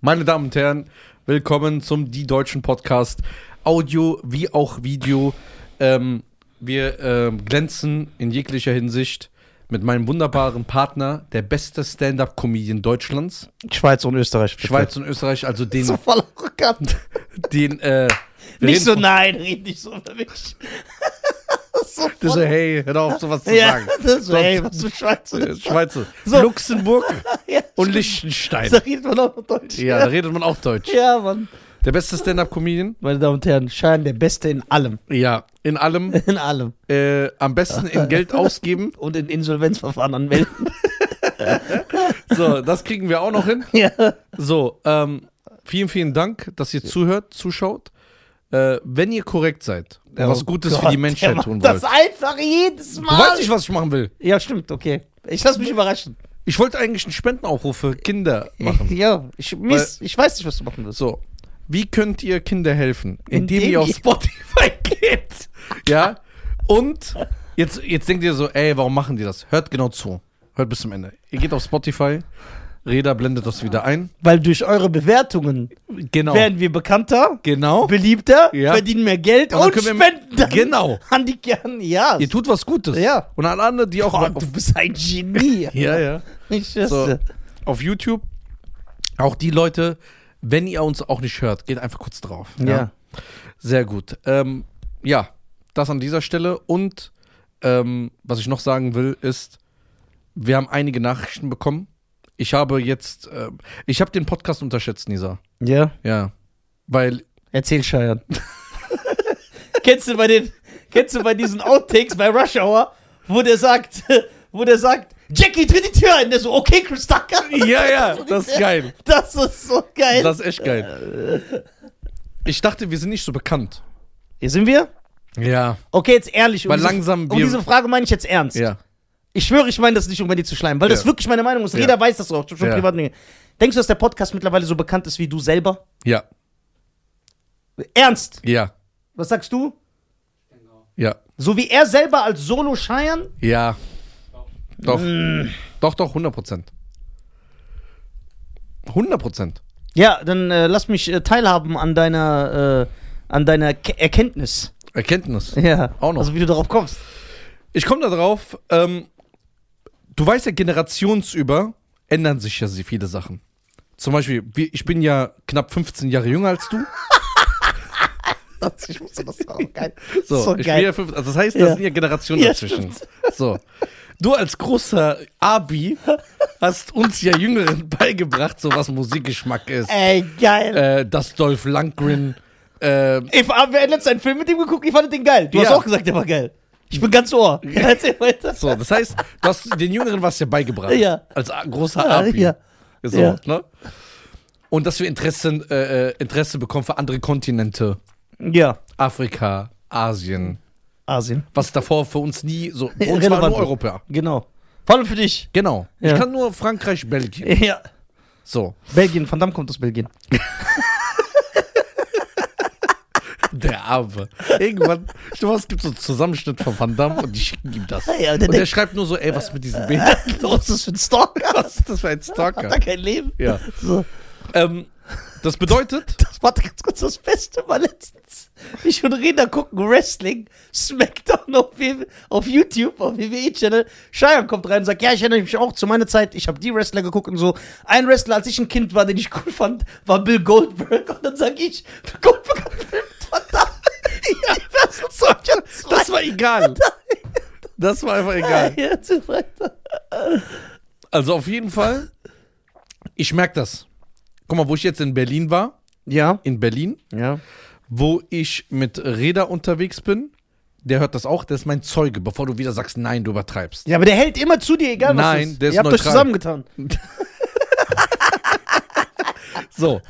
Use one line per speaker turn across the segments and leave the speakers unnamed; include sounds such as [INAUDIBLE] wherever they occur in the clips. Meine Damen und Herren, willkommen zum Die Deutschen Podcast. Audio wie auch Video. Ähm, wir ähm, glänzen in jeglicher Hinsicht mit meinem wunderbaren Partner, der beste Stand-Up-Comedian Deutschlands,
Schweiz und Österreich. Bitte.
Schweiz und Österreich, also den,
So voll arrogant.
den, äh, wir
Nicht
reden
so,
von-
nein, red nicht so über mich. so
Der so,
voll-
hey, hör auf, sowas zu
ja,
sagen.
das ist so,
Sonst-
ey, was für Schweiz und
äh,
Österreich.
Schweiz,
So.
Luxemburg
[LAUGHS] Ja,
und
stimmt.
Liechtenstein.
Da redet man auch noch Deutsch.
Ja, da redet man auch Deutsch.
ja, Mann.
Der beste Stand-Up-Comedian?
Meine Damen und Herren, Schein der Beste in allem. [LAUGHS]
Ja, in allem.
In allem.
Äh, am besten in Geld ausgeben.
Und in Insolvenzverfahren anmelden. [LAUGHS]
So, das kriegen wir auch noch hin.
ja.
So, ähm, vielen, vielen Dank, dass ihr zuhört, zuschaut. Äh, wenn ihr korrekt seid und was
Oh
Gutes für
Gott,
die
der
Menschheit
macht
tun wollt.
Das einfach jedes
Du weißt
Mal.
nicht, Hm. was ich machen will.
Ja, stimmt, okay. Ich lass mich überraschen.
Ich wollte eigentlich einen Spendenaufruf für Kinder machen.
[LAUGHS] Ja, ich, miss, ich weiß nicht, was du machen willst.
So, wie könnt ihr Kinder helfen? Indem,
Indem
ihr auf
ihr-
Spotify [LAUGHS] geht. Ja. Und jetzt, jetzt denkt ihr so, ey, warum machen die das? Hört genau zu. Hört bis zum Ende. Ihr geht auf Spotify. Reda blendet das wieder ein.
Weil durch eure Bewertungen
Genau.
werden wir bekannter,
Genau.
Oh. beliebter,
Ja.
verdienen mehr Geld
Und
und,
dann können wir-
spenden dann
Genau.
an die Kern. Ja.
Ihr tut was Gutes.
Ja.
Und an andere, die auch
Boah,
auf,
du bist ein Genie.
[LAUGHS] ja, ja.
Ich schätze.
So, auf YouTube, auch die Leute, wenn ihr uns auch nicht hört, geht einfach kurz drauf.
ja.
Sehr gut. Ähm, ja, das an dieser Stelle. Und ähm, was ich noch sagen will, ist, wir haben einige Nachrichten bekommen. Ich habe jetzt, äh, ich habe den Podcast unterschätzt, Nisa.
Ja.
Ja. Weil,
Erzähl Scheiern. [LAUGHS] kennst du bei den, kennst du bei diesen Outtakes bei Rush Hour, wo der sagt, [LAUGHS] wo der sagt, Jackie, tritt die Tür ein. Der so, okay, Chris Tucker.
[LAUGHS] ja, ja, das ist geil.
Das ist so geil.
Das ist echt geil. Ich dachte, wir sind nicht so bekannt.
Hier sind wir?
Ja,
Okay, jetzt ehrlich.
Weil
diese-
langsam
um
wir-
diese Frage meine ich jetzt ernst.
ja.
Ich schwöre, ich meine das nicht, um bei dir zu schleimen, weil
Ja.
das wirklich meine Meinung ist. Jeder weiß das auch. Ich hab schon
Ja.
privat Dinge. Denkst du, dass der Podcast mittlerweile so bekannt ist wie du selber?
Ja,
Ernst?
ja,
Was sagst du?
ja,
So wie er selber als Solo scheiern?
ja. Doch.
Hm.
Doch, doch, 100 Prozent. 100 Prozent.
Ja, dann äh, lass mich äh, teilhaben an deiner, äh, an deiner Ke Erkenntnis.
Erkenntnis.
Ja.
Auch noch.
Also wie du darauf kommst.
Ich komme da drauf. Ähm, du weißt ja, generationsüber ändern sich ja sehr viele Sachen. Zum Beispiel, wir- ich bin ja knapp 15 Jahre jünger als du.
ich wusste [LAUGHS] das auch geil.
So,
So
ich
geil.
bin ja 15, also das heißt, da
Ja.
sind ja Generationen
Ja,
dazwischen. So. Du als großer Abi hast uns ja Jüngeren [LAUGHS] beigebracht, so was Musikgeschmack ist.
Ey, geil.
Äh, das Dolph Lundgren. Äh,
Ich hab wir haben letztens einen Film mit ihm geguckt, ich fand den geil. Du hast
Ja.
auch gesagt, der war geil. Ich bin ganz [LAUGHS] ohr. Ja. Erzähl weiter.
so, das heißt, du hast den Jüngeren was ja beigebracht.
Ja.
Als A- großer Abi.
Ja.
So,
Ja.
ne? Und dass wir Interesse, äh, äh, Interesse bekommen für andere Kontinente.
Ja.
Afrika, Asien.
Asien.
Was davor für uns nie so. Für uns war
Relevant.
nur Europa.
Genau. Vor allem für dich.
Genau. Ich
Ja.
kann nur Frankreich, Belgien.
Ja.
So.
Belgien, Van Damme kommt aus Belgien.
Der Arme. Irgendwann, ich glaube, es gibt so einen Zusammenschnitt von Van Damme und die schicken ihm das.
Ja,
und
und der
der
denkt-
schreibt nur so, ey, was mit diesen Bildern?
[LAUGHS] Los ist für ein [LAUGHS] Stalker.
Was ist das für ein
Hat
Stalker?
er kein Leben?
Ja.
So.
Ähm, das bedeutet,
Das war ganz kurz das Beste war letztens. Ich und Reda gucken Wrestling, Smackdown auf, W- E, auf YouTube, auf WWE-Channel. Cheyenne kommt rein und sagt, ja, ich erinnere mich auch zu meiner Zeit, ich habe die Wrestler geguckt und so. Ein Wrestler, als ich ein Kind war, den ich cool fand, war Bill Goldberg. Und dann sag ich, Bill Goldberg hat Film, verdammt. [LAUGHS] Ja, das ist so,
das war egal. Das war einfach egal.
Jetzt weiter.
Also auf jeden Fall, ich merke das. Guck mal, wo ich jetzt in Berlin war,
Ja,
in Berlin,
ja.
wo ich mit Reda unterwegs bin, der hört das auch, der ist mein Zeuge, bevor du wieder sagst, nein, du übertreibst.
Ja, aber der hält immer zu dir, egal was
Nein,
ist.
der ist
Ihr habt euch
neutral.
zusammengetan.
So,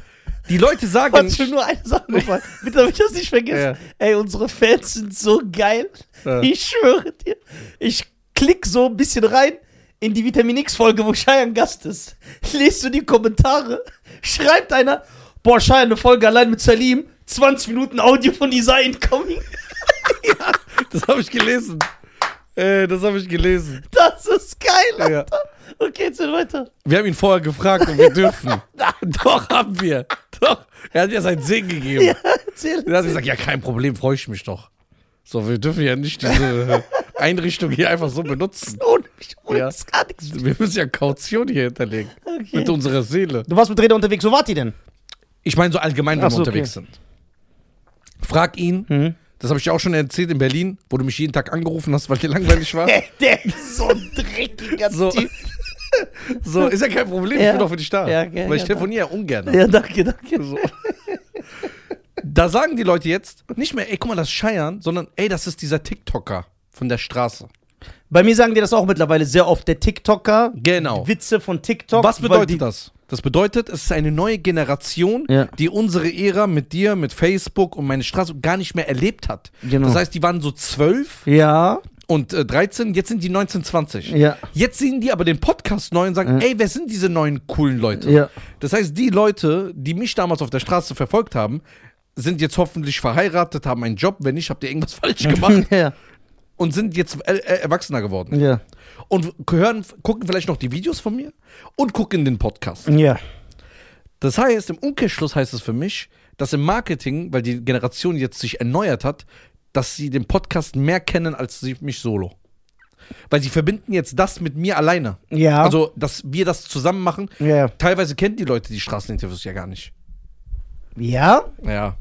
die Leute sagen...
Hat schon nur eine
[LAUGHS]
Sache gefallen. Bitte, damit ich das nicht vergesse.
Ja.
Ey, unsere Fans sind so geil.
Ja.
Ich schwöre dir. Ich klick so ein bisschen rein in die Vitamin X-Folge, wo Scheiern Gast ist. Lest du die Kommentare? Schreibt einer, boah, Scheiern, eine Folge allein mit Salim. 20 Minuten Audio von Isaiah [LAUGHS] Incoming.
Das habe ich gelesen. Äh, das habe ich gelesen.
Das ist geil,
Ja.
Alter. Okay, jetzt weiter. [LAUGHS]
Wir haben ihn vorher gefragt und wir dürfen. Doch, haben wir. Doch. Er hat ja seinen Segen gegeben.
Ja, erzähl.
Dann hat er gesagt, ja, kein Problem, freue ich mich doch. So, wir dürfen ja nicht
[LAUGHS]
diese Einrichtung hier einfach so benutzen.
Ohne mich, ohne
Ja.
das gar nichts.
Wir müssen ja Kaution hier hinterlegen.
Okay.
Mit unserer Seele.
Du warst mit Reda unterwegs, wo wart ihr denn?
Ich meine so allgemein, wenn
Ach so, Hm.
wir unterwegs sind. Frag ihn. Das habe ich dir auch schon erzählt in Berlin, wo du mich jeden Tag angerufen hast, weil dir langweilig
[LAUGHS]
war.
Der, der ist so ein dreckiger
So.
Typ.
So, ist ja kein Problem, ich
Ja.
bin doch für dich da.
Ja, okay,
weil ich
ja.
telefoniere ja ungern.
Ja, danke, danke.
So. Da sagen die Leute jetzt nicht mehr, ey, guck mal, das ist Scheiern, sondern ey, das ist dieser TikToker von der Straße.
Bei mir sagen die das auch mittlerweile sehr oft. Der TikToker,
Genau.
Witze von TikTok.
Was
weil die,
bedeutet das? Das bedeutet, es ist eine neue Generation,
Ja.
die unsere Ära mit dir, mit Facebook und meine Straße gar nicht mehr erlebt hat.
Genau.
Das heißt, die waren so zwölf
Ja,
und äh, 13, jetzt sind die 19, 20.
ja.
Jetzt sehen die aber den Podcast neu und sagen,
Ja.
ey, wer sind diese neuen coolen Leute?
Ja.
Das heißt, die Leute, die mich damals auf der Straße verfolgt haben, sind jetzt hoffentlich verheiratet, haben einen Job, wenn nicht, habt ihr irgendwas [LAUGHS] falsch
[LAUGHS]
gemacht
ja,
und sind jetzt äh, äh, erwachsener geworden.
ja.
Und hören, gucken vielleicht noch die Videos von mir und gucken den Podcast.
Ja.
Das heißt, im Umkehrschluss heißt es für mich, dass im Marketing, weil die Generation jetzt sich erneuert hat, dass sie den Podcast mehr kennen als sie mich solo. Weil sie verbinden jetzt das mit mir alleine.
Ja.
Also, dass wir das zusammen machen.
Ja.
Teilweise kennen die Leute die Straßeninterviews ja gar nicht.
Ja,
Ja.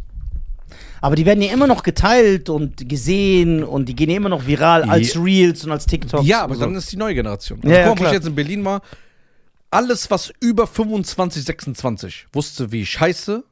aber die werden ja immer noch geteilt und gesehen und die gehen ja immer noch viral als Reels und als TikToks.
Ja, aber
und so.
dann ist die neue Generation. Also
Ja, ja,
guck mal, wo
klar.
ich jetzt in Berlin war, alles, was über 25, 26 wusste, wie ich heiße,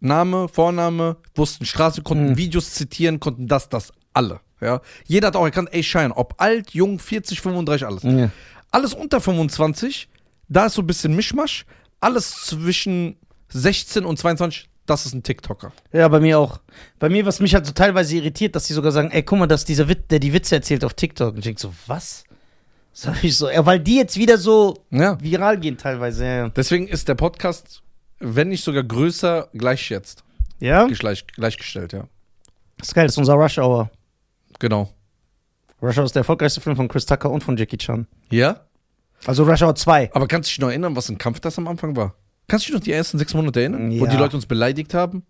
Name, Vorname, wussten Straße, konnten
Hm.
Videos zitieren, konnten das, das, alle. Ja? Jeder hat auch erkannt, ey, Schein, ob alt, jung, 40, 35, alles.
Ja.
Alles unter 25, da ist so ein bisschen Mischmasch. Alles zwischen 16 und 22, das ist ein TikToker.
Ja, bei mir auch. Bei mir, was mich halt so teilweise irritiert, dass die sogar sagen, ey, guck mal, dass dieser Witz, der die Witze erzählt auf TikTok. Und ich denk so, was? Sag ich so, ja, weil die jetzt wieder so
Ja.
viral gehen teilweise. Ja,
Deswegen ist der Podcast, wenn nicht sogar größer, gleich jetzt.
ja. ja?
Gleich, gleichgestellt, ja.
Das ist geil, das ist unser Rush Hour.
Genau.
Rush Hour ist der erfolgreichste Film von Chris Tucker und von Jackie Chan.
Ja?
Also Rush Hour 2.
Aber kannst du dich noch erinnern, was ein Kampf das am Anfang war? Kannst du dich noch die ersten sechs Monate erinnern? Wo
Ja.
die Leute uns beleidigt haben?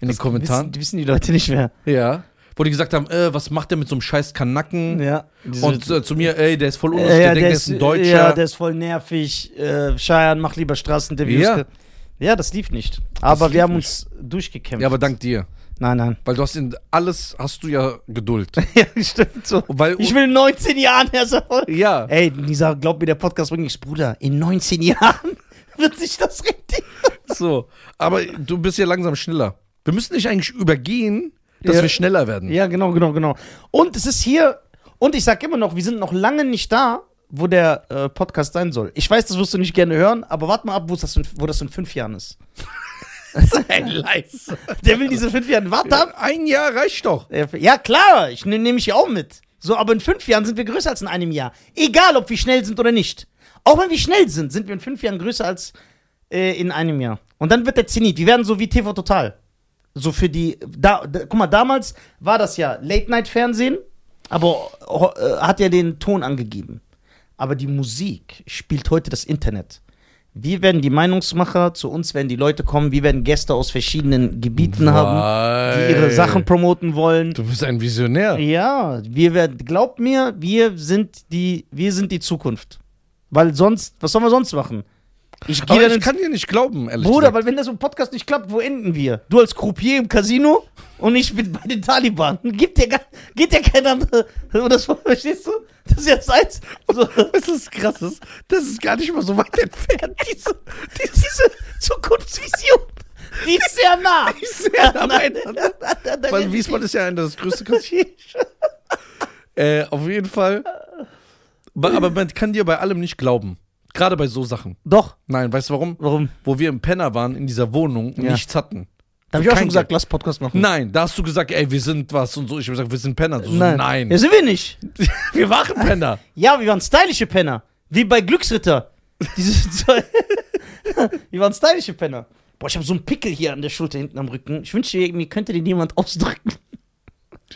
In den Kommentaren?
Wissen, wissen die Leute nicht mehr.
Ja. Wo die gesagt haben, äh, was macht der mit so einem scheiß Kanacken?
Ja.
Und äh, zu mir, ey, der ist voll unnütz,
Ja,
der
ja,
denkt, der ist ein Deutscher.
Ja, der ist voll nervig. Äh, Cheyenne, mach lieber Straßeninterviews.
Ja.
ja, das lief nicht. Aber
lief
wir haben uns durchgekämpft.
ja, aber dank dir. [LAUGHS]
Nein, nein.
Weil du hast in alles, hast du ja
[LAUGHS]
Geduld.
ja, stimmt so.
Weil,
Ich will in 19 Jahren erst Erfolg.
ja.
Ey, Nisa, glaub mir, der Podcast bringt nichts. Bruder, in 19 Jahren [LAUGHS] wird sich das richtig.
So. Aber du bist ja langsam schneller. Wir müssen dich eigentlich übergehen, dass
Ja.
wir schneller werden.
Ja, genau, genau, genau. Und es ist hier, und ich sag immer noch, wir sind noch lange nicht da, wo der äh, Podcast sein soll. Ich weiß, das wirst du nicht gerne hören, aber warte mal ab, wo das in, wo das in fünf Jahren ist.
Ey, leise.
Der will diese fünf Jahren, warte ab.
Ein Jahr reicht doch.
Ja, Äh, f- Ja, klar, ich ne, nehme nehm ich ja auch mit. So, aber in fünf Jahren sind wir größer als in einem Jahr. Egal, ob wir schnell sind oder nicht. Auch wenn wir schnell sind, sind wir in fünf Jahren größer als äh, in einem Jahr. Und dann wird der Zenit. Wir werden so wie TV Total. So für die. Da, da, guck mal, damals war das ja Late-Night-Fernsehen, aber ho- äh, hat ja den Ton angegeben. Aber die Musik spielt heute das Internet. Wir werden die Meinungsmacher, zu uns werden die Leute kommen, wir werden Gäste aus verschiedenen Gebieten haben, die ihre
Weil-
Sachen promoten wollen.
Du bist ein Visionär.
Ja, wir werden, glaubt mir, wir sind die, wir sind die Zukunft. Weil sonst, was sollen wir sonst machen? Ich gehe
Aber
dann
ich
ins
kann dir nicht glauben, ehrlich
Bruder,
gesagt.
weil wenn das im Podcast nicht klappt, wo enden wir? Du als Croupier im Casino und ich bin bei den Taliban. Gibt dir, gar- geht dir kein anderer. Das, verstehst du? Das ist jetzt eins.
[LAUGHS]
So,
Das ist krass. Das, das ist gar nicht mal so weit [LAUGHS] entfernt.
diese, diese Zukunftsvision, die ist sehr nah.
[LAUGHS] Die ist sehr nah beieinander.
Da-
Weil Wiesbaden ist ja einer das größte Kassier. [LAUGHS] äh, auf jeden Fall. Ba- Aber man kann dir bei allem nicht glauben. Gerade bei so Sachen.
Doch.
Nein, weißt du warum?
Warum?
Wo wir im Penner waren, in dieser Wohnung, und
Ja.
nichts hatten.
Da habe ich auch
Kein
schon gesagt,
Geld.
lass Podcast machen.
Nein, da hast du gesagt, ey, wir sind was und so. Ich habe gesagt, wir sind Penner. Du so,
Ja,
nein.
sind wir nicht.
[LAUGHS] wir waren Penner.
Ja, wir waren stylische Penner. Wie bei Glücksritter. Diese [LAUGHS] zwei- wir waren stylische Penner. Boah, ich habe so einen Pickel hier an der Schulter hinten am Rücken. Ich wünschte, mir könnte den jemand ausdrücken. [LAUGHS]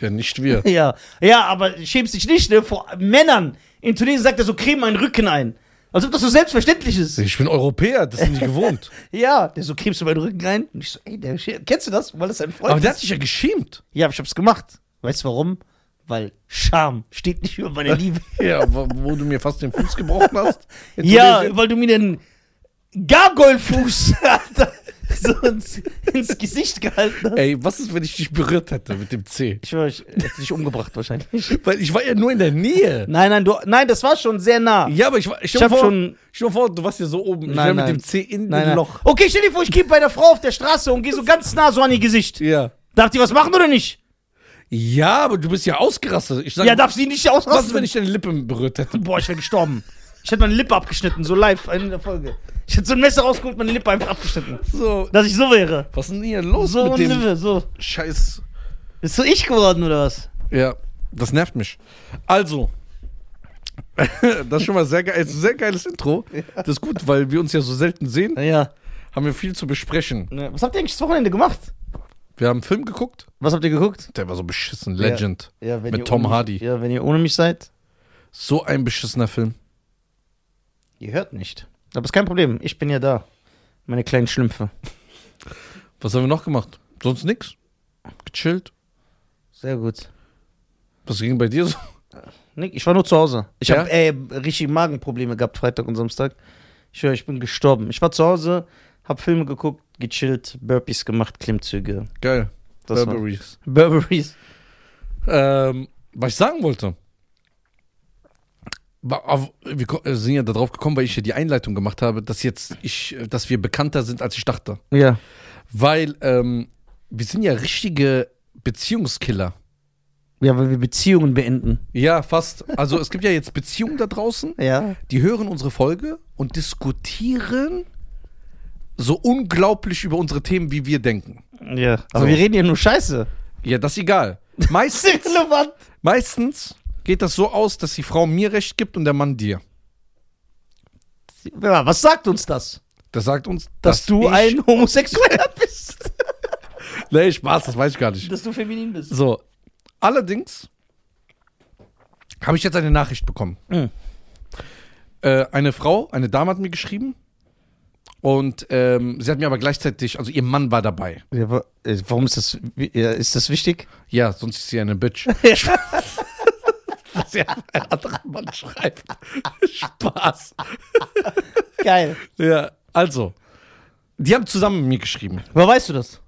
Ja, nicht wir.
Ja, ja, aber schämst dich nicht ne, vor Männern In Tunesien sagt er so, creme meinen Rücken ein. Als ob das so selbstverständlich ist.
Ich bin Europäer, das sind nicht [LAUGHS] gewohnt.
Ja, der so, cremst du meinen Rücken ein? Und ich so, ey, der, kennst du das? Weil das ein Freund
Aber der hat
ist.
sich ja geschämt.
Ja, aber ich hab's gemacht. Weißt du warum? Weil Scham steht nicht
[LAUGHS]
über meiner Liebe.
Ja, wo, wo du mir fast den Fuß gebrochen [LAUGHS] hast. In
ja,
Tunesien.
weil du mir den Gargoyle-Fuß, [LAUGHS] Alter, so ins, ins Gesicht gehalten hast.
Ey, was ist, wenn ich dich berührt hätte mit dem C?
Ich schwöre, ich hätte dich umgebracht wahrscheinlich.
Weil ich war ja nur in der Nähe.
Nein, nein, du, nein, das war schon sehr nah.
Ja, aber ich war.
Ich
stell
hab
dir vor,
schon.
stell dir vor, du warst ja so oben. ich
Nein,
wär
nein.
mit dem C in
Nein,
dem
nein.
Loch.
Okay, stell dir vor, ich gehe bei der Frau auf der Straße und gehe so ganz nah so an ihr Gesicht.
Ja.
Darf die was machen oder nicht?
Ja, aber du bist ja ausgerastet. Ich sag,
Ja, darf sie nicht ausrasten.
was ist, wenn ich deine Lippe berührt hätte?
Boah, ich wäre gestorben. Ich hätte meine Lippe abgeschnitten, so live, in der Folge. Ich hätte so ein Messer rausgeholt, meine Lippe einfach abgeschnitten.
So.
Dass ich so wäre.
Was ist denn hier los
So
mit
und
dem
Lippe, so.
Scheiß?
Bist du ich geworden oder was?
Ja, das nervt mich. Also, [LAUGHS] das ist schon mal sehr geil. ist ein Sehr geiles Intro. Das ist gut, weil wir uns ja so selten sehen,
Naja.
haben wir viel zu besprechen.
Was habt ihr eigentlich das Wochenende gemacht?
Wir haben einen Film geguckt,
Was habt ihr geguckt?
der war so beschissen. Legend.
Ja, wenn
Mit
ihr
Tom
ohne,
Hardy.
Ja, wenn ihr ohne mich seid,
So ein beschissener Film.
ihr hört nicht. Aber ist kein Problem, ich bin ja da. Meine kleinen Schlümpfe.
Was haben wir noch gemacht? Sonst nix. Gechillt.
Sehr gut.
Was ging bei dir so?
Nick, ich war nur zu Hause. Ich
Ja?
habe äh, richtig Magenprobleme gehabt Freitag und Samstag. Ich höre, ich bin gestorben. Ich war zu Hause, habe Filme geguckt, gechillt, Burpees gemacht, Klimmzüge.
Geil.
Das war-
Burberries.
Burberries.
Ähm, was ich sagen wollte. Wa- auf- Wir ko- äh, sind ja darauf gekommen, weil ich ja die Einleitung gemacht habe, dass jetzt ich, äh, dass wir bekannter sind, als ich dachte.
Ja.
Weil ähm, wir sind ja richtige Beziehungskiller.
Ja, weil wir Beziehungen beenden.
Ja, fast. Also es gibt ja jetzt Beziehungen da draußen,
Ja.
die hören unsere Folge und diskutieren so unglaublich über unsere Themen, wie wir denken.
Ja. Aber
So.
wir reden ja nur Scheiße.
Ja, das ist
[LAUGHS]
egal. Meistens,
Irrelevant.
meistens geht das so aus, dass die Frau mir recht gibt und der Mann dir.
Ja, was sagt uns das?
Das sagt uns,
Dass du
ich,
ein [LAUGHS] Homosexueller bist.
Nee, Spaß, das weiß ich gar nicht.
Dass du feminin bist.
So, allerdings habe ich jetzt eine Nachricht bekommen.
Mhm.
Äh, eine Frau, eine Dame hat mir geschrieben und ähm, sie hat mir aber gleichzeitig, also ihr Mann war dabei.
Ja, wa- äh, warum ist das, wi- ja, ist das wichtig?
Ja, sonst ist sie eine Bitch.
[LAUGHS] Ja.
Dass ihr ein anderer Mann schreibt. Spaß.
Geil.
Ja, also, die haben zusammen mit mir geschrieben,
Woher weißt du das?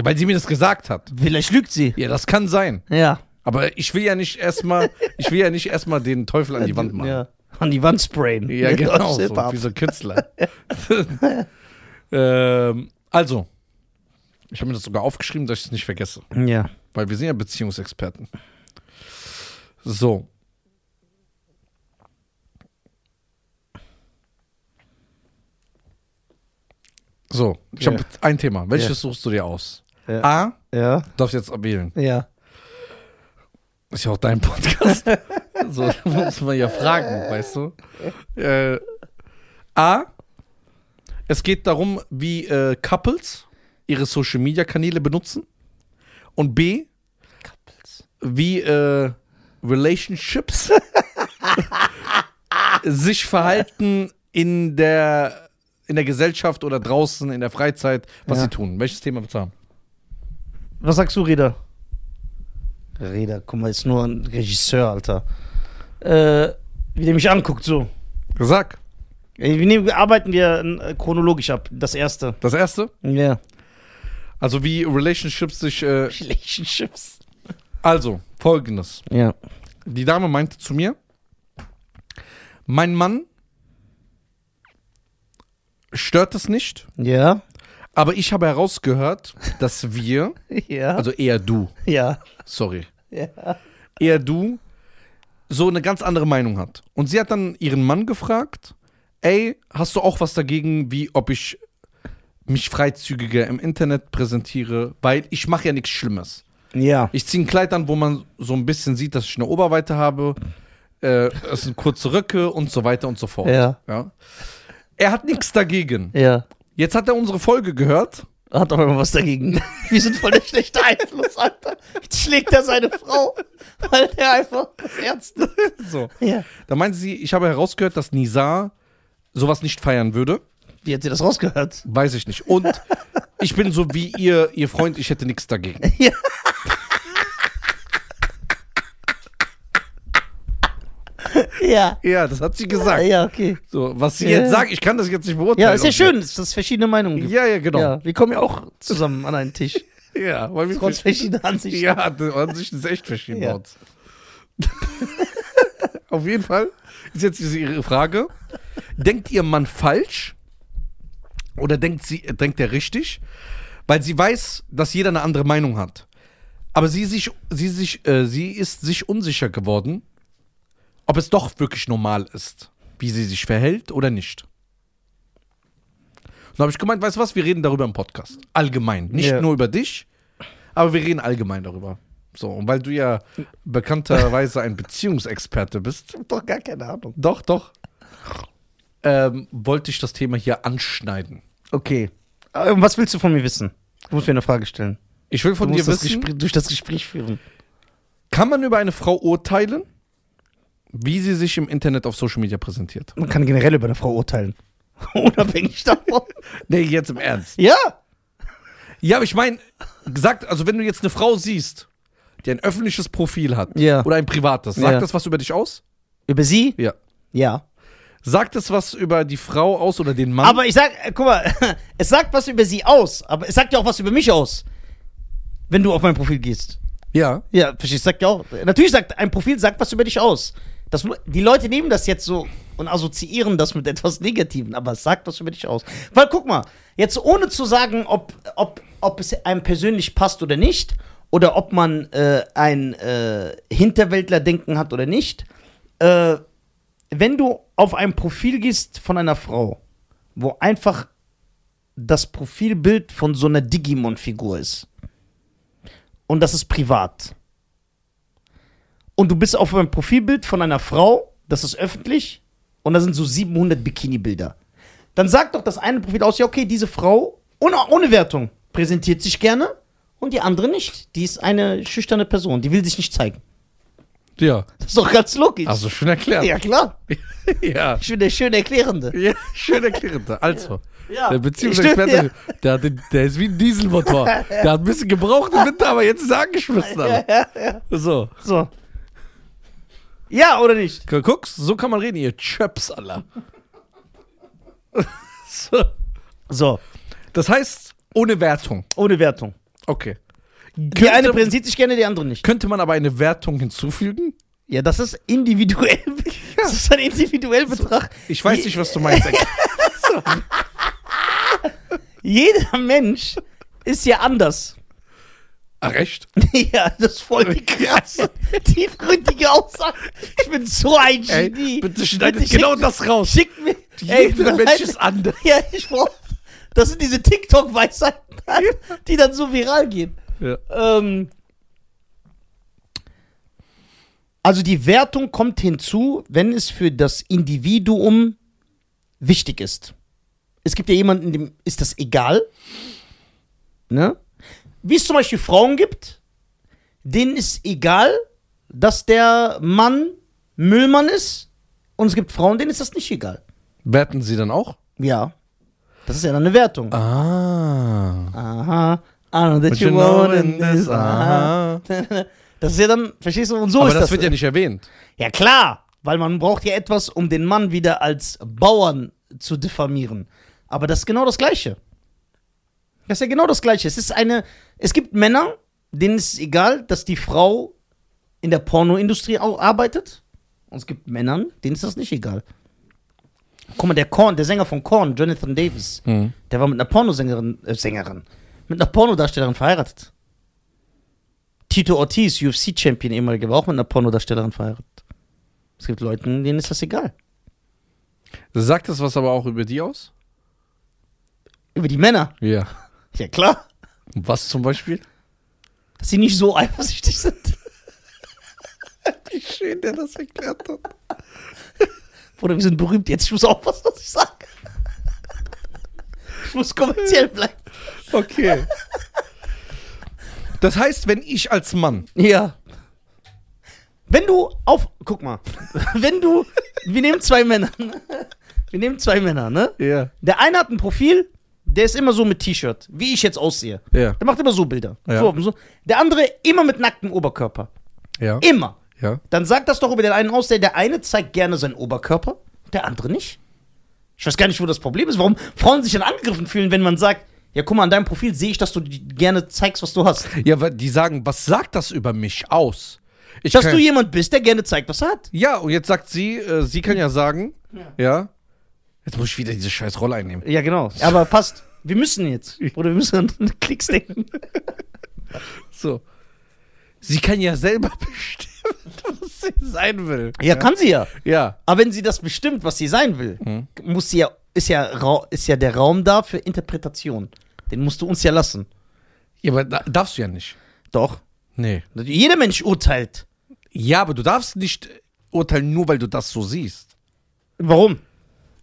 weil sie mir das gesagt hat.
Vielleicht lügt sie.
Ja, das kann sein.
Ja.
Aber ich will ja nicht erstmal, ich will ja nicht erstmal den Teufel an die Wand machen.
Ja. An die Wand sprayen. [LAUGHS]
Ja, genau, so,
Hip-Hop.
wie so Künstler. [LAUGHS] ähm, also, ich habe mir das sogar aufgeschrieben, dass ich es nicht vergesse,
Ja.
weil wir sind ja Beziehungsexperten. So. So, ich
Ja.
habe ein Thema. Welches
Ja.
suchst du dir aus?
Ja.
A,
Ah, Ja.
du darfst jetzt wählen.
Ja.
Ist ja auch dein Podcast. [LAUGHS] so muss man ja fragen, weißt du? Äh, A. Es geht darum, wie äh, Couples ihre Social Media Kanäle benutzen. Und B. Wie äh, Relationships sich verhalten in der, in der Gesellschaft oder draußen in der Freizeit, was
Ja.
sie tun. Welches Thema willst du haben?
Was sagst du, Reda? Reda, guck mal, ist nur ein Regisseur, Alter. Äh, wie der mich anguckt, so.
Sag.
Ey, Wir nehmen, arbeiten wir äh, chronologisch ab. Das erste.
Das erste.
Ja.
Also wie Relationships sich. Äh,
Relationships.
also, folgendes.
Ja.
Die Dame meinte zu mir, mein Mann stört es nicht,
Ja.
aber ich habe herausgehört, dass wir,
[LAUGHS] Ja.
also eher du,
ja.
sorry,
Ja.
eher du so eine ganz andere Meinung hat. Und sie hat dann ihren Mann gefragt, ey, hast du auch was dagegen, wie ob ich mich freizügiger im Internet präsentiere, weil ich mache ja nichts Schlimmes.
Ja.
Ich ziehe ein Kleid an, wo man so ein bisschen sieht, dass ich eine Oberweite habe. Äh, es sind kurze Röcke und so weiter und so fort.
Ja.
Ja. Er hat nichts dagegen.
Ja.
Jetzt hat er unsere Folge gehört
Hat doch immer was dagegen. [LAUGHS] Wir sind voll der schlechte Einfluss, Alter. Jetzt schlägt er seine Frau, weil er einfach das Ernst nimmt.
So.
Ja.
Da meinte sie, ich habe herausgehört, dass Nizar sowas nicht feiern würde.
Wie hat sie das rausgehört?
Weiß ich nicht. Und ich bin so wie ihr, ihr Freund, ich hätte nichts dagegen.
[LAUGHS] Ja. Ja.
Ja, das hat sie gesagt.
Ja, okay.
So, was sie
Ja.
jetzt sagt, ich kann das jetzt nicht beurteilen.
Ja, ist ja
ob-
schön, dass es verschiedene Meinungen gibt.
Ja, ja, genau. Ja,
Ja, wir kommen ja auch zusammen an einen [LAUGHS] Tisch.
weil wir
Trotz verschiedener Ansichten.
Ja, die Ansicht ist echt verschieden bei
Ja.
uns. [LAUGHS] Auf jeden Fall ist jetzt diese Ihre Frage. Denkt Ihr Mann falsch? Oder denkt, sie, denkt er richtig? Weil sie weiß, dass jeder eine andere Meinung hat. Aber sie, sich, sie, sich, äh, sie ist sich unsicher geworden, ob es doch wirklich normal ist, wie sie sich verhält oder nicht. Und da habe ich gemeint, weißt du was, wir reden darüber im Podcast. Allgemein. Nicht
Ja.
nur über dich, aber wir reden allgemein darüber. So, und weil du ja bekannterweise ein Beziehungsexperte bist,
Ich hab doch gar keine Ahnung.
doch, doch, ähm, wollte ich das Thema hier anschneiden.
Okay. Aber was willst du von mir wissen? Du musst mir eine Frage stellen.
Ich will
Du
von dir
musst das
wissen,
Gespräch, durch das Gespräch führen.
kann man über eine Frau urteilen, wie sie sich im Internet auf Social Media präsentiert?
Man kann generell über eine Frau urteilen. [LAUGHS] Unabhängig davon.
Nee, jetzt im Ernst.
ja.
Ja, aber ich meine, gesagt, also wenn du jetzt eine Frau siehst, die ein öffentliches Profil hat
Ja.
oder ein privates, sagt
Ja.
das was über dich aus?
Über sie?
Ja.
Ja.
Sagt das was über die Frau aus oder den Mann?
Aber ich sag, äh, guck mal, [LAUGHS] es sagt was über sie aus, aber es sagt ja auch was über mich aus. Wenn du auf mein Profil gehst.
ja.
Ja, verstehst du? Sagt ja auch. Natürlich sagt ein Profil sagt was über dich aus. Das, mu- die Leute nehmen das jetzt so und assoziieren das mit [LAUGHS] etwas Negativen, aber es sagt was über dich aus. Weil guck mal, jetzt ohne zu sagen, ob, ob, ob es einem persönlich passt oder nicht, oder ob man äh, ein äh, Hinterwäldler-Denken hat oder nicht, äh, wenn du auf ein Profil gehst von einer Frau, wo einfach das Profilbild von so einer Digimon-Figur ist, und das ist privat. Und du bist auf einem Profilbild von einer Frau, das ist öffentlich, und da sind so 700 Bikini-Bilder. Dann sagt doch das eine Profil aus, ja, okay, diese Frau, ohne, ohne Wertung, präsentiert sich gerne und die andere nicht. Die ist eine schüchterne Person, die will sich nicht zeigen.
Ja.
Das ist doch ganz logisch.
Also schön erklärt.
ja, klar.
[LAUGHS] ja.
Ich bin der schöne Erklärende.
Ja, schön erklärt. Also,
Ja.
der Beziehungsexperte,
Stimmt,
der, hat den, der ist wie ein Dieselmotor. Der hat ein bisschen gebraucht im Winter, aber jetzt ist er
[LAUGHS]
angeschmissen. Alter. So,
So. Ja, oder nicht?
guckst, so kann man reden, ihr Chöps, Allah. [LAUGHS] so.
So,
Das heißt, ohne Wertung.
ohne Wertung.
Okay.
Die eine
Könnte,
präsentiert sich gerne, die andere nicht.
könnte man aber eine Wertung hinzufügen?
Ja, das ist individuell. [LAUGHS] Das ist ein individuell Betracht.
Ich weiß nicht, was du meinst.
Jeder Mensch ist ja anders.
[LAUGHS] Ach, recht?
[LAUGHS] ja, das ist voll die krasse, [LAUGHS] tiefgründige Aussage. Ich bin so ein
Ey,
Genie.
bitte schneidet
schick-
genau das raus.
Schick mir.
Jeder Mensch
vielleicht-
ist anders.
[LAUGHS] Ja, ich brauch. Das sind diese TikTok-Weisheiten, die dann so viral gehen.
Ja.
Ähm, also die Wertung kommt hinzu, wenn es für das Individuum wichtig ist. Es gibt ja jemanden, dem ist das egal. Ne? Wie es zum Beispiel Frauen gibt, denen ist egal, dass der Mann Müllmann ist. Und es gibt Frauen, denen ist das nicht egal.
Werten sie dann auch?
Ja. Das ist ja dann eine Wertung.
Ah.
Aha. I know that
But
you
you know
want
in
this.
this, aha.
Aha. [LAUGHS] Das ist ja dann, verstehst du, und so
Aber
ist
das
das.
wird ja nicht erwähnt.
ja, klar, weil man braucht ja etwas, um den Mann wieder als Bauern zu diffamieren. Aber das ist genau das Gleiche. Das ist ja genau das Gleiche. Es ist eine, es gibt Männer, denen ist es egal, dass die Frau in der Pornoindustrie au- arbeitet. Und es gibt Männern, denen ist das nicht egal. Guck mal, der Korn, der Sänger von Korn, Jonathan Davis,
Hm.
der war mit einer Pornosängerin, äh, Sängerin, mit einer Pornodarstellerin verheiratet. Tito Ortiz, UFC-Champion ehemaliger, war auch mit einer Pornodarstellerin verheiratet. Es gibt Leute, denen ist das egal.
Sagt das was aber auch über die aus?
Über die Männer.
Ja.
Ja, klar.
Was zum Beispiel?
Dass sie nicht so eifersüchtig sind.
Wie schön der das erklärt hat.
Oder wir sind berühmt jetzt. Ich muss aufpassen, was ich sage. Ich muss kommerziell bleiben.
Okay. Das heißt, wenn ich als Mann.
Ja. Wenn du auf. Guck mal. Wenn du. Wir nehmen zwei Männer. ne? Wir nehmen zwei Männer, ne?
Ja.
Der eine hat ein Profil, der ist immer so mit T-Shirt, wie ich jetzt aussehe.
Ja.
Der macht immer so Bilder.
Ja.
So, so. Der andere immer mit nacktem Oberkörper.
Ja.
Immer.
Ja.
Dann sagt das doch über den einen aus, der, der eine zeigt gerne seinen Oberkörper, der andere nicht. Ich weiß gar nicht, wo das Problem ist, warum Frauen sich dann angegriffen fühlen, wenn man sagt, ja, guck mal, an deinem Profil sehe ich, dass du die- gerne zeigst, was du hast.
Ja, weil die sagen, was sagt das über mich aus? Ich
Dass
kann-
du jemand bist, der gerne zeigt, was er hat.
ja, und jetzt sagt sie, äh, sie kann ja sagen,
Ja.
ja. Jetzt muss ich wieder diese scheiß Rolle einnehmen.
Ja, genau. Aber passt. Wir müssen jetzt. Oder wir müssen an Klicks denken.
So. Sie kann ja selber [LAUGHS] bestimmen, was sie sein will.
Ja, kann sie ja.
Ja.
Aber wenn sie das bestimmt, was sie sein will, muss sie ja, ist ja, Ra- ist ja der Raum da für Interpretation. Den musst du uns ja lassen.
Ja, aber da, darfst du ja nicht.
Doch.
Nee.
Jeder Mensch urteilt.
Ja, aber du darfst nicht urteilen, nur weil du das so siehst.
Warum?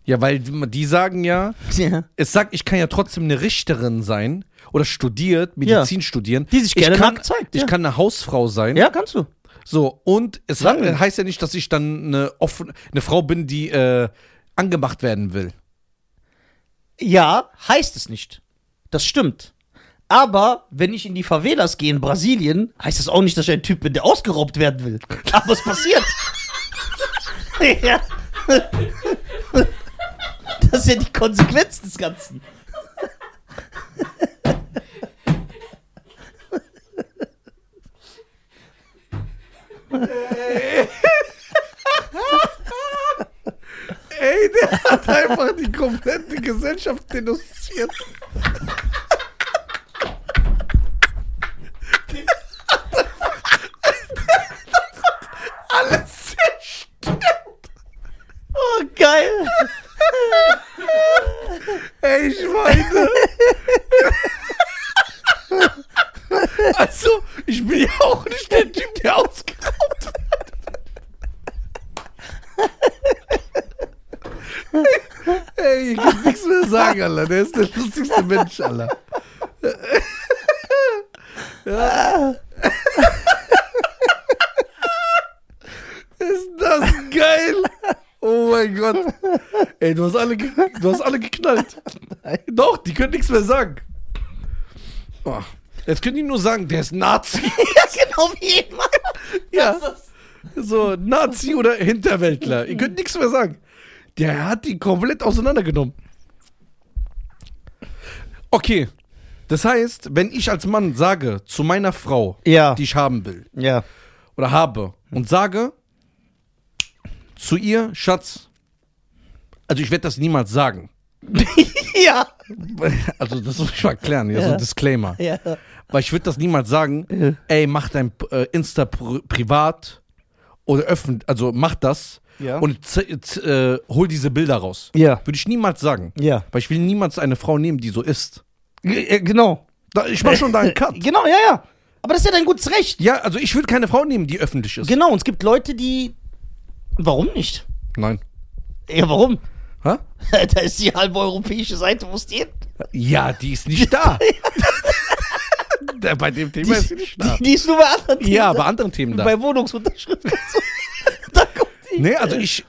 Ja, weil die die sagen ja,
[LAUGHS] Ja.
es sagt, ich kann ja trotzdem eine Richterin sein oder studiert, Medizin studieren.
Die sich
ich
gerne
kann,
nackt zeigt,
Ich
ja.
kann eine Hausfrau sein.
Ja, kannst du.
So, und es
Sagen wir.
heißt ja nicht, dass ich dann eine, offen, eine Frau bin, die äh, angemacht werden will.
Ja, heißt es nicht. Das stimmt. Aber wenn ich in die Favelas gehe in Brasilien, heißt das auch nicht, dass ich ein Typ bin, der ausgeraubt werden will. Aber es passiert. [LAUGHS] ja. [LAUGHS] Das ist ja die Konsequenz des Ganzen.
Ey, der
[LAUGHS]
hat einfach die komplette Gesellschaft denunziert. Alles
Oh, geil.
Ey, ich meine. Also, ich bin ja auch nicht der Typ, der ausgeraubt wird. Ey, ich kann nichts mehr sagen, Alter. Der ist der lustigste Mensch, Alter. Ja. Ist das geil? Oh mein Gott. Ey, du hast alle, ge du hast alle geknallt. Doch, die können nichts mehr sagen. Oh. Jetzt können die nur sagen, der ist Nazi.
Ja, genau wie immer.
Ja.
Das ist-
[LAUGHS] So, Nazi oder Hinterwäldler. Ihr könnt nichts mehr sagen. Der hat die komplett auseinandergenommen. Okay. Das heißt, wenn ich als Mann sage zu meiner Frau,
Ja.
die ich haben will
Ja.
oder habe, und sage zu ihr, Schatz, also ich werde das niemals sagen.
ja.
[LAUGHS] Also das muss ich mal klären, ja, so
Ja.
ein Disclaimer.
Ja.
Weil ich würde das niemals sagen, ey, mach dein äh, Insta pr privat oder öffentlich, also mach das
Ja.
und z- z- äh, hol diese Bilder raus.
Ja.
Würde ich niemals sagen.
Ja.
Weil ich will niemals eine Frau nehmen, die so ist.
G- äh, Genau.
Da, ich mach schon da einen
[LAUGHS]
Cut.
Genau, ja, ja. Aber das ist ja dein gutes Recht.
Ja, also ich würde keine Frau nehmen, die öffentlich ist.
Genau, und es gibt Leute, die. Warum nicht?
Nein.
Ja, warum? [LAUGHS]
Hä?
da ist die halbe europäische Seite, wo es die hin?
Ja, die ist
[LAUGHS]
nicht da. [LAUGHS] Da- bei dem Thema ist sie nicht da.
Die, die ist nur bei anderen Themen
Ja,
da.
bei anderen Themen da.
bei Wohnungsunterschriften. und so. da kommt die.
Nee, also ich,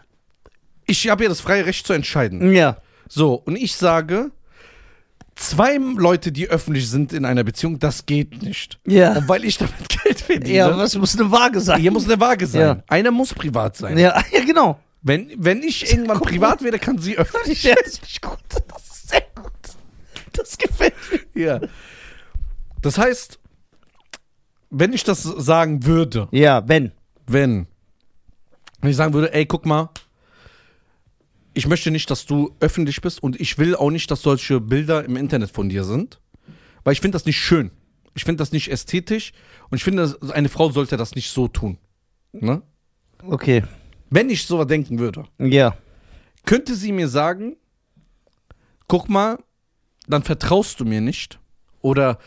ich habe ja das freie Recht zu entscheiden.
[LAUGHS] Ja.
So, und ich sage, zwei Leute, die öffentlich sind in einer Beziehung, das geht nicht.
Ja.
Und weil ich damit [LAUGHS] Geld verdiene,
Ja, was muss eine Waage sein?
hier muss eine Waage sein.
Ja.
Einer muss privat sein.
ja, [LAUGHS] ja, genau.
Wenn, wenn
[LAUGHS]
ich irgendwann
Guck mal.
privat werde, kann sie öffentlich
[LAUGHS] Ja, das ist gut. Das ist sehr gut. Das gefällt mir.
ja. Das heißt, wenn ich das sagen würde,
Ja, wenn.
wenn, wenn ich sagen würde, ey, guck mal, ich möchte nicht, dass du öffentlich bist und ich will auch nicht, dass solche Bilder im Internet von dir sind, weil ich finde das nicht schön. Ich finde das nicht ästhetisch und ich finde, dass- eine Frau sollte das nicht so tun. Ne?
Okay.
Wenn ich so denken würde,
Ja.
könnte sie mir sagen, guck mal, dann vertraust du mir nicht oder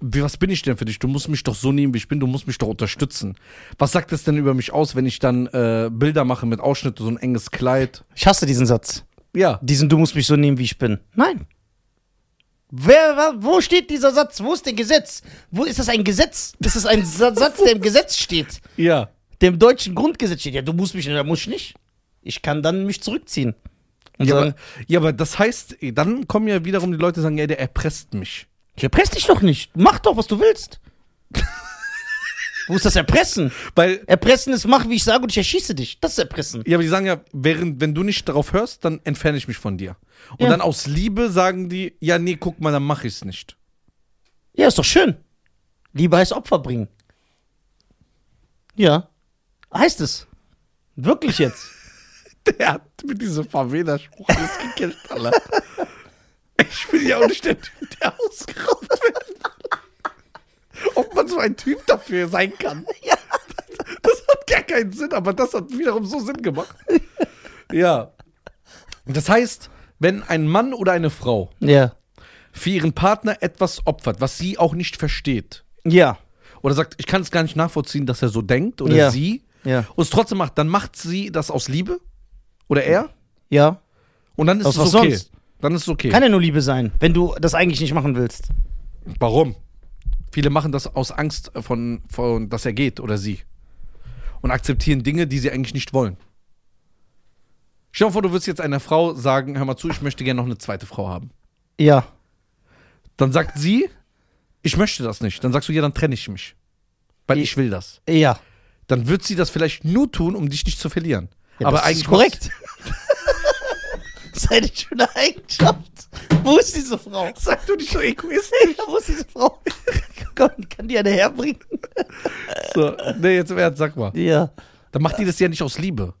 wie- was bin ich denn für dich? Du musst mich doch so nehmen, wie ich bin, du musst mich doch unterstützen. Was sagt es denn über mich aus, wenn ich dann äh, Bilder mache mit Ausschnitt, so ein enges Kleid?
Ich hasse diesen Satz.
Ja.
Diesen, du musst mich so nehmen, wie ich bin. Nein. Wer, wa- wo steht dieser Satz? Wo ist der Gesetz? Wo ist das ein Gesetz? Ist das ein Sa- Satz, der im Gesetz steht?
Ja.
Der im deutschen Grundgesetz steht? Ja, du musst mich, nicht, da muss ich nicht. Ich kann dann mich zurückziehen. Und
Ja
sagen,
aber, ja, aber das heißt, dann kommen ja wiederum die Leute und sagen, ja, der erpresst mich.
ich erpress dich doch nicht. Mach doch, was du willst. wo ist das Erpressen?
Weil,
Erpressen ist, mach, wie ich sage, und ich erschieße dich. Das ist Erpressen.
ja, aber die sagen ja, während, wenn du nicht darauf hörst, dann entferne ich mich von dir. Und
Ja.
dann aus Liebe sagen die, ja, nee, guck mal, dann mach ich's nicht.
Ja, ist doch schön. Liebe heißt Opfer bringen. Ja. Heißt es. Wirklich jetzt.
[LAUGHS] Der hat mit diesem Favela-Spruch alles gekillt, Alter. Ich bin ja auch nicht der Typ, der ausgeraubt wird. Ob man so ein Typ dafür sein kann.
[LAUGHS] ja.
Das hat gar keinen Sinn, aber das hat wiederum so Sinn gemacht. Ja. Das heißt, wenn ein Mann oder eine Frau
Ja.
für ihren Partner etwas opfert, was sie auch nicht versteht,
Ja.
oder sagt, ich kann es gar nicht nachvollziehen, dass er so denkt oder
Ja.
sie,
Ja.
und es trotzdem macht, dann macht sie das aus Liebe oder er
Ja.
und dann ist
Aus
es
was
okay.
sonst?
Dann ist es okay.
Kann ja nur Liebe sein, wenn du das eigentlich nicht machen willst.
Warum? Viele machen das aus Angst, von, von, dass er geht oder sie. Und akzeptieren Dinge, die sie eigentlich nicht wollen. Stell dir mal vor, du würdest jetzt einer Frau sagen: Hör mal zu, ich möchte gerne noch eine zweite Frau haben.
Ja.
Dann sagt sie: Ich möchte das nicht. Dann sagst du: Ja, dann trenne ich mich. Weil ich will das.
Ja.
Dann wird sie das vielleicht nur tun, um dich nicht zu verlieren.
ja
Aber
das
eigentlich.
ist [LAUGHS] korrekt. das ist eine schöne Eigenschaft. Wo ist diese Frau?
Sag du nicht so egoistisch.
Ja, [LAUGHS] wo ist diese Frau? Komm, kann die eine herbringen?
So, nee, jetzt im Ernst, sag mal.
Ja.
Dann macht die das ja nicht aus Liebe,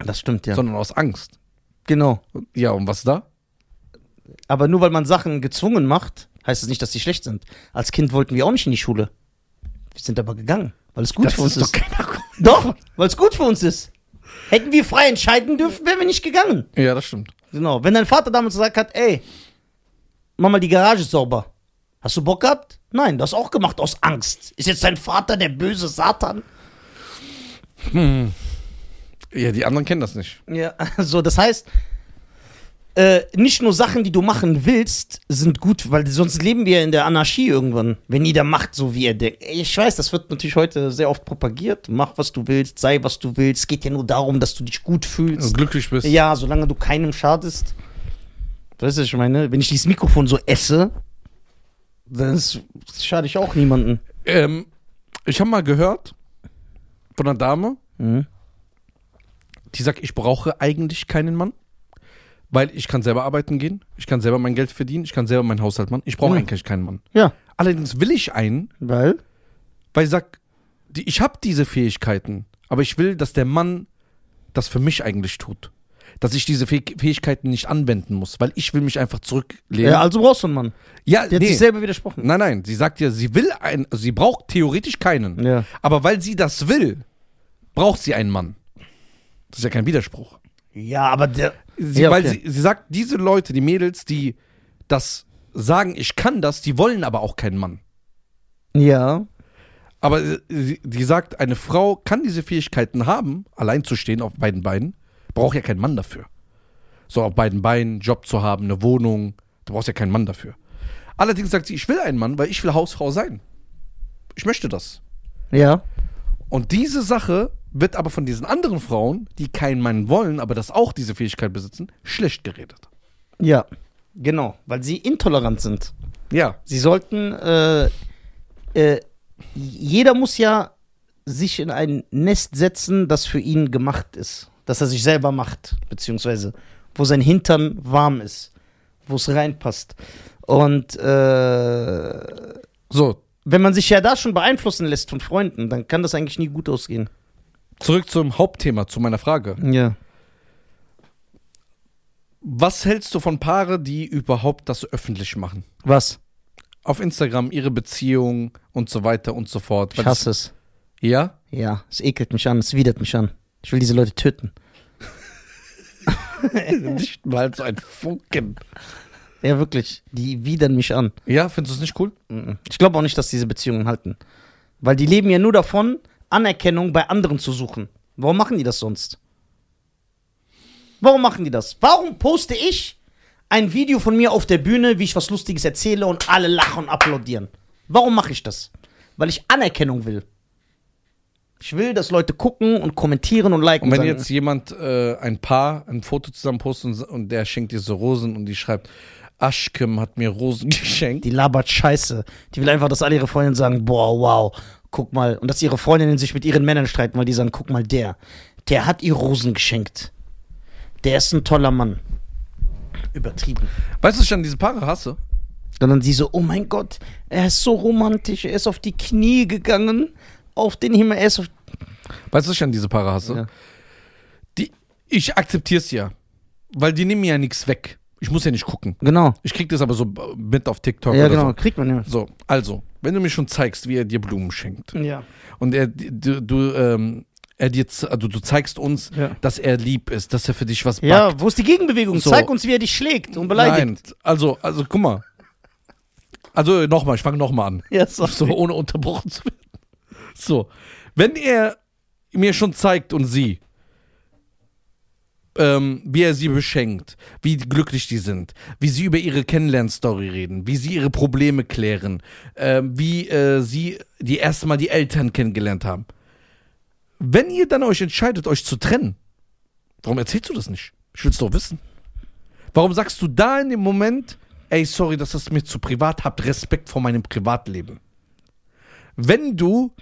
Das stimmt ja.
sondern aus Angst.
genau.
Ja, und was da?
Aber nur weil man Sachen gezwungen macht, heißt es das nicht, dass die schlecht sind. Als Kind wollten wir auch nicht in die Schule. Wir sind aber gegangen, weil es gut für uns ist.
doch kein Argument.
Doch, weil es gut für uns ist. Hätten wir frei entscheiden dürfen, wären wir nicht gegangen.
[LAUGHS] Ja, das stimmt.
Genau. Wenn dein Vater damals gesagt hat, ey, mach mal die Garage sauber. Hast du Bock gehabt? Nein, du hast auch gemacht aus Angst. Ist jetzt dein Vater der böse Satan?
Ja, die anderen kennen das nicht.
[LAUGHS] Ja, also das heißt, äh, nicht nur Sachen, die du machen willst, sind gut, weil sonst leben wir in der Anarchie irgendwann, wenn jeder macht, so wie er denkt. Ich weiß, das wird natürlich heute sehr oft propagiert. Mach, was du willst, sei, was du willst. Es geht ja nur darum, dass du dich gut fühlst.
Also glücklich bist.
Ja, solange du keinem schadest. Weißt du, was ich meine? Wenn ich dieses Mikrofon so esse, dann ist- schade ich auch niemanden.
Ähm, ich habe mal gehört von einer Dame,
Mhm.
die sagt, ich brauche eigentlich keinen Mann, weil ich kann selber arbeiten gehen, ich kann selber mein Geld verdienen, ich kann selber meinen Haushalt machen. Ich brauche
Ja.
eigentlich keinen Mann.
Ja,
Allerdings will ich einen,
weil?
weil ich sag, die, ich habe diese Fähigkeiten, aber ich will, dass der Mann das für mich eigentlich tut. Dass ich diese Fäh- Fähigkeiten nicht anwenden muss, weil ich will mich einfach zurücklehnen.
Ja, also brauchst du einen Mann.
ja
Der hat sich selber widersprochen.
Nein, nein, sie sagt ja, sie will einen, also sie braucht theoretisch keinen.
Ja.
Aber weil sie das will, braucht sie einen Mann. Das ist ja kein Widerspruch.
Ja, aber der.
Sie,
ja,
Weil
okay.
sie, sie sagt, diese Leute, die Mädels, die das sagen, ich kann das, die wollen aber auch keinen Mann.
Ja.
Aber äh, sie, die sagt, eine Frau kann diese Fähigkeiten haben, allein zu stehen auf beiden Beinen, braucht ja keinen Mann dafür. So auf beiden Beinen, Job zu haben, eine Wohnung, du brauchst ja keinen Mann dafür. Allerdings sagt sie, ich will einen Mann, weil ich will Hausfrau sein. Ich möchte das.
Ja.
Und diese Sache wird aber von diesen anderen Frauen, die keinen Mann wollen, aber das auch diese Fähigkeit besitzen, schlecht geredet.
Ja. Genau, weil sie intolerant sind.
Ja.
Sie sollten. Äh, äh, jeder muss ja sich in ein Nest setzen, das für ihn gemacht ist. Das er sich selber macht, beziehungsweise wo sein Hintern warm ist, wo es reinpasst. Und äh,
So,
wenn man sich ja da schon beeinflussen lässt von Freunden, dann kann das eigentlich nie gut ausgehen.
zurück zum Hauptthema, zu meiner Frage.
Ja.
Was hältst du von Paare, die überhaupt das öffentlich machen?
Was?
Auf Instagram ihre Beziehung und so weiter und so fort.
Ich hasse es.
Ja?
Ja, es ekelt mich an, es widert mich an. Ich will diese Leute töten.
[LAUGHS] Nicht mal so ein Funken.
Ja, wirklich. Die widern mich an.
Ja, findest du es nicht cool?
Mhm. Ich glaube auch nicht, dass diese Beziehungen halten. Weil die leben ja nur davon, Anerkennung bei anderen zu suchen. Warum machen die das sonst? Warum machen die das? Warum poste ich ein Video von mir auf der Bühne, wie ich was Lustiges erzähle und alle lachen und applaudieren. Warum mache ich das? Weil ich Anerkennung will. Ich will, dass Leute gucken und kommentieren und liken.
Und wenn
sagen,
jetzt jemand, äh, ein Paar, ein Foto zusammen postet und, und der schenkt dir so Rosen und die schreibt, Aschkim hat mir Rosen [LAUGHS] geschenkt.
die labert Scheiße. Die will einfach, dass alle ihre Freundinnen sagen, boah, wow, guck mal. Und dass ihre Freundinnen sich mit ihren Männern streiten, weil die sagen, guck mal, der, der hat ihr Rosen geschenkt. Der ist ein toller Mann. Übertrieben.
Weißt du, was ich an diese Paare hasse?
Sondern sie so, oh mein Gott, er ist so romantisch, er ist auf die Knie gegangen, auf den Himmel, er ist auf.
Weißt du, was ich an diese Paare hasse?
Ja.
Die, ich akzeptiere es ja, weil die nehmen mir ja nichts weg. Ich muss ja nicht gucken.
Genau.
Ich krieg das aber so b- mit auf TikTok
Ja,
oder
genau, kriegt man ja.
so. So, also, wenn du mir schon zeigst, wie er dir Blumen schenkt
Ja.
und er, du, du, ähm, er dir, z- also du zeigst uns,
Ja.
dass er lieb ist, dass er für dich was backt.
Ja, wo ist die Gegenbewegung?
So.
Zeig uns, wie er dich schlägt und beleidigt.
Nein, also, also guck mal. Also nochmal, ich fange nochmal an.
Ja, so.
So, ohne unterbrochen zu werden. So, wenn er mir schon zeigt und sie, ähm, wie er sie beschenkt, wie glücklich die sind, wie sie über ihre Kennenlernstory reden, wie sie ihre Probleme klären, ähm, wie äh, sie die erste Mal die Eltern kennengelernt haben. Wenn ihr dann euch entscheidet, euch zu trennen, warum erzählst du das nicht? Ich will's doch wissen. Warum sagst du da in dem Moment, ey, sorry, das ist mir zu privat, habt Respekt vor meinem Privatleben? Wenn du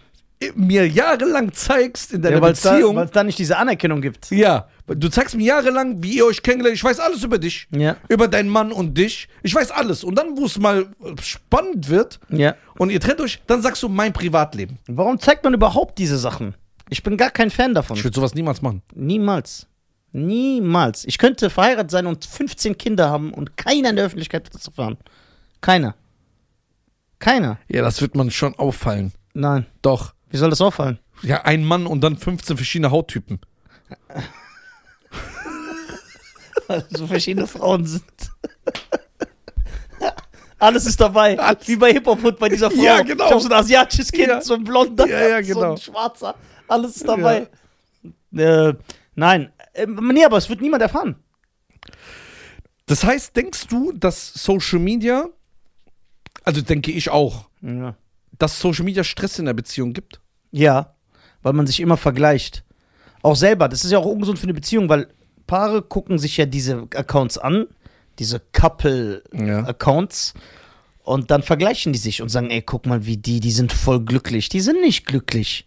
mir jahrelang zeigst in deiner
Ja, weil es da,
Beziehung.
weil's da nicht diese Anerkennung gibt.
Ja, du zeigst mir jahrelang, wie ihr euch kennengelernt habt. Ich weiß alles über dich.
Ja.
Über deinen Mann und dich. Ich weiß alles. Und dann, wo es mal äh, spannend wird
Ja.
und ihr trennt euch, dann sagst du mein Privatleben.
Warum zeigt man überhaupt diese Sachen? Ich bin gar kein Fan davon.
Ich würde sowas niemals machen.
Niemals. Niemals. Ich könnte verheiratet sein und 15 Kinder haben und keiner in der Öffentlichkeit wird das erfahren. Keiner. Keiner.
Ja, das wird man schon auffallen.
Nein.
Doch.
Wie soll das auffallen?
Ja, ein Mann und dann 15 verschiedene Hauttypen.
[LAUGHS] Weil so verschiedene Frauen sind. [LAUGHS] Alles ist dabei. Wie bei Hip-Hop-Hood bei dieser Frau.
Ja, genau.
Ich hab so ein asiatisches Kind,
Ja.
so ein blonder,
Ja, ja,
so
genau.
ein schwarzer. Alles ist dabei. Äh, nein. Ähm, nee, aber es wird niemand erfahren.
Das heißt, denkst du, dass Social Media, also denke ich auch,
Ja.
dass Social Media Stress in der Beziehung gibt?
Ja, weil man sich immer vergleicht. Auch selber, das ist ja auch ungesund für eine Beziehung, weil Paare gucken sich ja diese Accounts an, diese
Ja.
Couple-Accounts, und dann vergleichen die sich und sagen, ey, guck mal, wie die, die sind voll glücklich. Die sind nicht glücklich.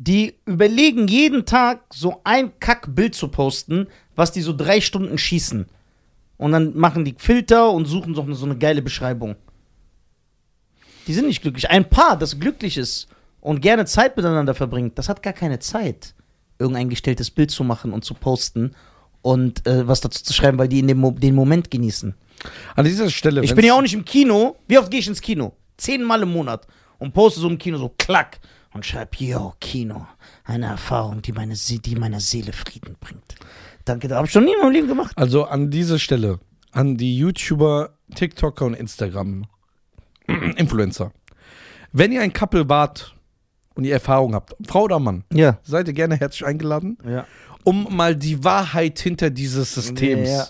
Die überlegen jeden Tag so ein Kackbild zu posten, was die so drei Stunden schießen. Und dann machen die Filter und suchen so eine, so eine geile Beschreibung. Die sind nicht glücklich. Ein Paar, das glücklich ist und gerne Zeit miteinander verbringt, das hat gar keine Zeit, irgendein gestelltes Bild zu machen und zu posten und äh, was dazu zu schreiben, weil die in dem Mo den Moment genießen.
An dieser Stelle.
Ich
wenn's-
bin ja auch nicht im Kino. Wie oft gehe ich ins Kino? Zehnmal im Monat. Und poste so im Kino so klack und schreibe, yo, Kino, eine Erfahrung, die, meine See die meiner Seele Frieden bringt. Danke, da habe ich schon nie in meinem Leben gemacht.
Also an dieser Stelle, an die YouTuber, TikToker und Instagram, [CLEARS THROAT] Influencer. Wenn ihr ein Couple wart und ihr Erfahrung habt, Frau oder Mann,
Ja.
seid ihr gerne herzlich eingeladen,
Ja.
um mal die Wahrheit hinter dieses Systems
Ja.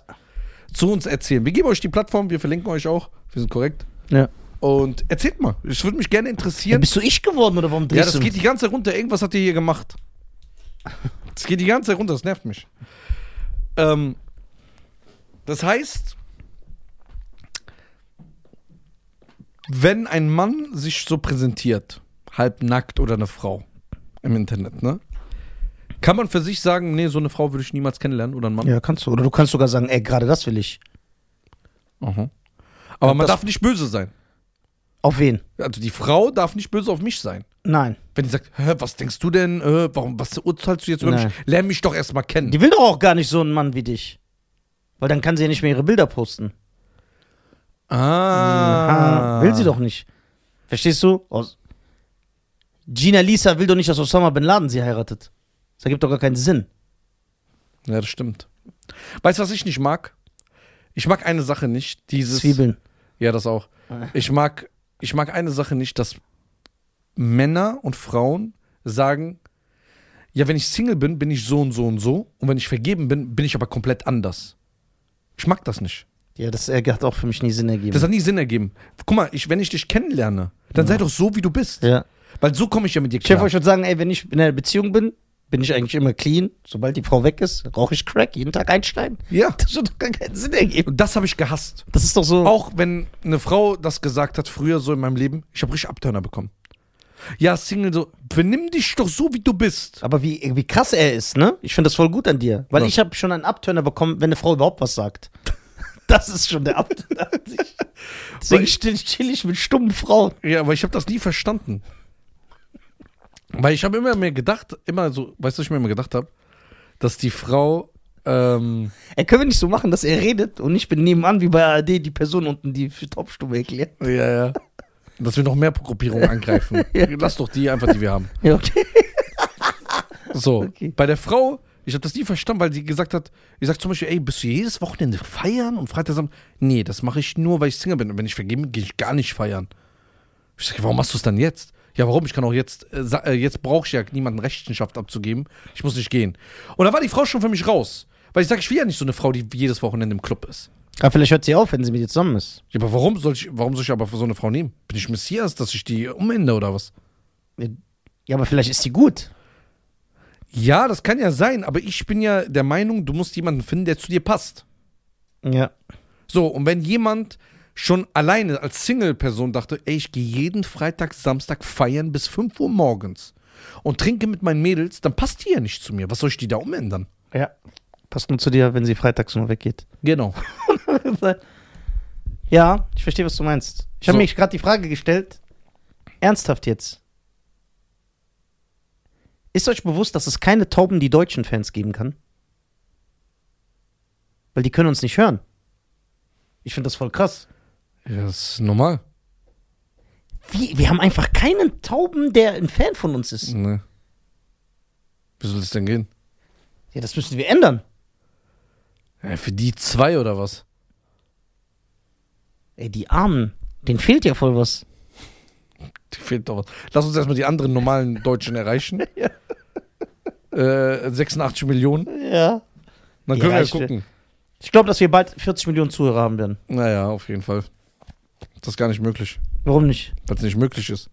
zu uns erzählen. Wir geben euch die Plattform, wir verlinken euch auch, wir sind korrekt.
Ja.
Und erzählt mal, es würde mich gerne interessieren.
Bist du ich geworden oder warum
Ja,
drehst
das
du?
geht die ganze Zeit runter. Irgendwas hat ihr hier gemacht. Das geht die ganze Zeit runter, das nervt mich. Ähm, das heißt, wenn ein Mann sich so präsentiert, halbnackt oder eine Frau im Internet, ne? Kann man für sich sagen, nee, so eine Frau würde ich niemals kennenlernen oder einen Mann?
Ja, kannst du. Oder du kannst sogar sagen, ey, gerade das will ich.
Aha. Aber man
das-
darf nicht böse sein.
Auf wen?
Also die Frau darf nicht böse auf mich sein.
Nein.
Wenn die sagt, Hä, was denkst du denn? Äh, warum, was urteilst du jetzt über
Nein.
mich? Lern mich doch erstmal kennen.
Die will doch auch gar nicht so einen Mann wie dich. Weil dann kann sie ja nicht mehr ihre Bilder posten.
Ah.
Ah, will sie doch nicht. Verstehst du? Aus Gina Lisa will doch nicht, dass Osama Bin Laden sie heiratet. Das ergibt doch gar keinen Sinn.
Ja, das stimmt. Weißt du, was ich nicht mag? Ich mag eine Sache nicht. Dieses.
Zwiebeln. Ah.
Ja, das auch. Ich mag, ich mag eine Sache nicht, dass Männer und Frauen sagen, ja, wenn ich Single bin, bin ich so und so und so. Und wenn ich vergeben bin, bin ich aber komplett anders. Ich mag das nicht.
Ja, das äh, hat auch für mich nie Sinn ergeben.
Das hat nie Sinn ergeben. Guck mal, ich, wenn ich dich kennenlerne, dann sei doch so, wie du bist.
ja.
Weil so komme ich ja mit dir
Ich würde
klar.
euch schon sagen, ey, wenn ich in einer Beziehung bin, bin ich eigentlich immer clean. Sobald die Frau weg ist, rauche ich Crack, jeden Tag einschneiden.
Ja.
Das wird doch gar keinen Sinn ergeben.
Und das habe ich gehasst.
Das ist doch so.
Auch wenn eine Frau das gesagt hat, früher so in meinem Leben, ich habe richtig Abtörner bekommen. Ja, Single, so, benimm dich doch so, wie du bist.
Aber wie, wie krass er ist, ne? Ich finde das voll gut an dir. Weil
Ja.
ich habe schon einen Abturner bekommen, wenn eine Frau überhaupt was [LAUGHS] sagt. Das ist schon der Abturner an sich. Deswegen still, chill ich mit stummen Frauen.
Ja, aber ich habe das nie verstanden. Weil ich habe immer mehr gedacht, immer so, weißt du, was ich mir immer gedacht habe, dass die Frau, ähm,
Er können wir nicht so machen, dass er redet und ich bin nebenan wie bei ARD die Person unten, die für Taubstumme erklärt.
ja, ja, dass wir noch mehr [LAUGHS] Gruppierungen angreifen.
Ja.
Lass doch die einfach, die wir haben.
Ja, okay.
So,
Okay.
bei der Frau, ich habe das nie verstanden, weil sie gesagt hat, ich sag zum Beispiel, ey, bist du jedes Wochenende feiern und Freitag Samstag? Nee, das mache ich nur, weil ich Single bin. Und wenn ich vergeben bin, gehe ich gar nicht feiern. Ich sage, warum machst du es dann jetzt? Ja, warum? Ich kann auch jetzt, äh, sa- äh, jetzt brauche ich ja niemanden Rechenschaft abzugeben. Ich muss nicht gehen. Und da war die Frau schon für mich raus. Weil ich sage, ich will ja nicht so eine Frau, die jedes Wochenende im Club ist.
[LAUGHS] Aber vielleicht hört sie auf, wenn sie mit dir zusammen ist.
Ja, aber warum soll ich, warum soll ich aber so eine Frau nehmen? Bin ich Messias, dass ich die umende oder was?
Ja, aber vielleicht ist sie gut.
Ja, das kann ja sein, aber ich bin ja der Meinung, du musst jemanden finden, der zu dir passt.
Ja.
So, und wenn jemand schon alleine als Single-Person dachte, ey, ich gehe jeden Freitag, Samstag feiern bis 5 Uhr morgens und trinke mit meinen Mädels, dann passt die ja nicht zu mir. Was soll ich die da umändern?
Ja. Passt nur zu dir, wenn sie freitags nur weggeht.
Genau.
[LAUGHS] ja, ich verstehe, was du meinst. Ich habe
So.
mir gerade die Frage gestellt, ernsthaft jetzt. Ist euch bewusst, dass es keine Tauben, die deutschen Fans geben kann? Weil die können uns nicht hören. Ich finde das voll krass.
Ja, das ist normal.
Wie? Wir haben einfach keinen Tauben, der ein Fan von uns ist.
Ne. Wie soll das denn gehen?
Ja, das müssen wir ändern.
Ja, für die zwei oder was?
Ey, die Armen, denen fehlt ja voll was.
Die fehlt doch was. Lass uns erstmal die anderen normalen Deutschen [LAUGHS] erreichen. Äh, 86 Millionen.
Ja.
Dann
Die
können wir ja
reicht-
gucken.
Ich glaube, dass wir bald 40 Millionen Zuhörer haben werden.
Naja, auf jeden Fall. Das ist gar nicht möglich.
Warum nicht?
Weil es nicht möglich ist.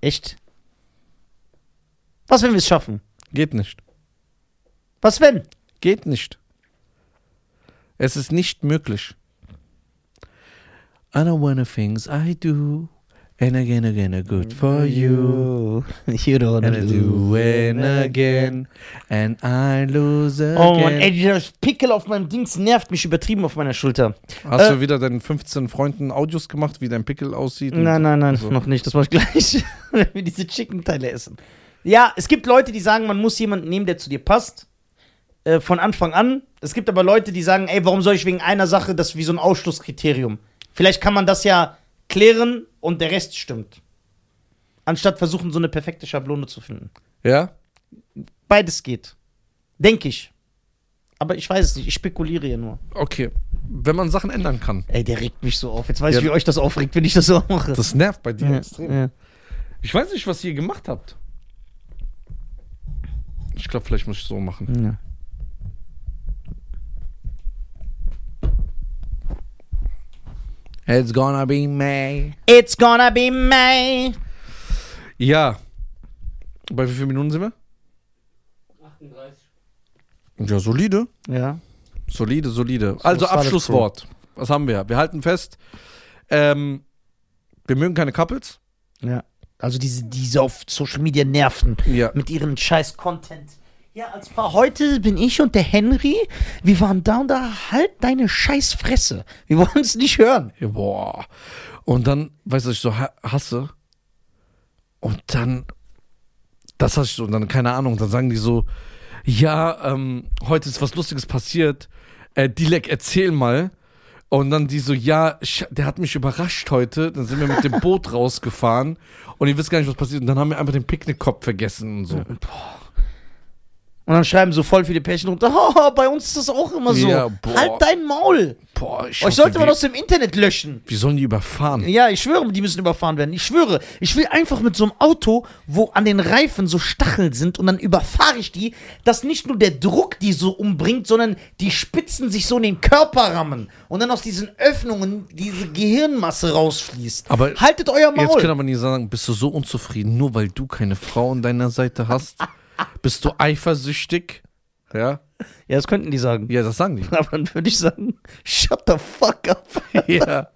Echt? Was, wenn wir es schaffen?
Geht nicht.
Was, wenn?
Geht nicht. Es ist nicht möglich. I know one of things I do. And again, again, good
Mm-hmm.
for you.
[LAUGHS] You don't
And I do it again. And I lose again.
Oh Mann, ey, dieser Pickel auf meinem Dings nervt mich übertrieben auf meiner Schulter.
Hast
äh,
du wieder deinen 15 Freunden Audios gemacht, wie dein Pickel aussieht? und
Nein,
so?
nein, nein,
so.
noch nicht. Das mach ich gleich, [LAUGHS] wenn wir diese Chicken-Teile essen. Ja, es gibt Leute, die sagen, man muss jemanden nehmen, der zu dir passt. Äh, von Anfang an. Es gibt aber Leute, die sagen, ey, warum soll ich wegen einer Sache, das ist wie so ein Ausschlusskriterium. Vielleicht kann man das ja klären und der Rest stimmt. Anstatt versuchen, so eine perfekte Schablone zu finden.
Ja?
Beides geht. Denke ich. Aber ich weiß es nicht, ich spekuliere ja nur.
Okay. Wenn man Sachen ändern kann.
Ey, der regt mich so auf. Jetzt weiß
Ja.
ich, wie euch das aufregt, wenn ich das so mache.
Das nervt bei dir
ja,
extrem.
ja.
Ich weiß nicht, was ihr gemacht habt. Ich glaube, vielleicht muss ich so machen.
Ja.
It's gonna be May.
It's gonna be May.
Ja. Bei wie vielen Minuten sind wir?
38.
Ja, solide.
Ja.
Solide, solide. Also
ist alles
Abschlusswort. Was haben wir? Wir halten fest. Ähm, wir mögen keine Couples.
Ja. Also diese, diese auf Social Media nerven
Ja.
mit ihrem scheiß Content. Ja, als Paar heute bin ich und der Henry. Wir waren da und da. Halt deine scheiß Fresse. Wir wollen es nicht hören.
Ja, Boah. Und dann, weißt du, was ich so ha hasse. Und dann, das hasse ich so, und dann, keine Ahnung, dann sagen die so, ja, ähm, heute ist was Lustiges passiert. Äh, Dilek, erzähl mal. Und dann die so, ja, ich, der hat mich überrascht heute. Dann sind wir mit dem
[LAUGHS]
Boot rausgefahren und ihr wisst gar nicht, was passiert. Und dann haben wir einfach den Picknickkopf vergessen und so.
Und dann schreiben so voll viele Pärchen runter, [LAUGHS] haha, bei uns ist das auch immer so.
Ja, boah.
halt dein Maul.
Boah, ich,
Euch Oh, sollte man
wie,
aus dem Internet löschen.
wie sollen die überfahren?
Ja, ich schwöre, die müssen überfahren werden. Ich schwöre, ich will einfach mit so einem Auto, wo an den Reifen so Stacheln sind und dann überfahre ich die, dass nicht nur der Druck die so umbringt, sondern die Spitzen sich so in den Körper rammen und dann aus diesen Öffnungen diese Gehirnmasse rausfließt.
Aber
haltet euer
Jetzt kann
Maul.
aber nicht sagen, bist du so unzufrieden, nur weil du keine Frau an deiner Seite hast? Bist du eifersüchtig? Ja?
Ja, das könnten die sagen. [LAUGHS]
Ja, das sagen
Aber dann würde ich sagen, shut the
[LAUGHS]
fuck up.
die. ja.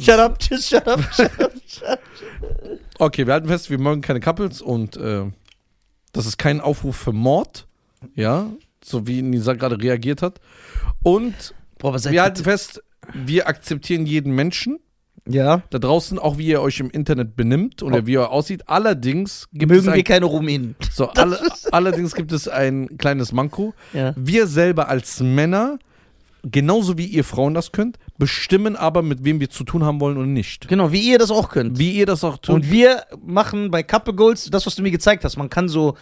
Shut up, tschüss, shut up, shut up.
Okay, wir halten fest, wir mögen keine Couples und äh, das ist kein Aufruf für Mord. Ja? So wie Nisa gerade reagiert hat. Und
Boah, aber seid
wir halten
Äh, bitte-
fest, wir akzeptieren jeden Menschen.
ja.
da draußen, auch wie ihr euch im Internet benimmt oder wie ihr aussieht. Allerdings gibt es
Mögen
ein,
wir keine Rumänen.
so, alle, allerdings gibt es ein kleines Manko.
Ja.
Wir selber als Männer, genauso wie ihr Frauen das könnt, bestimmen aber, mit wem wir zu tun haben wollen und nicht.
Genau, wie ihr das auch könnt.
Wie ihr das auch tut.
Und wir machen bei Couple Goals das, was du mir gezeigt hast. Man kann so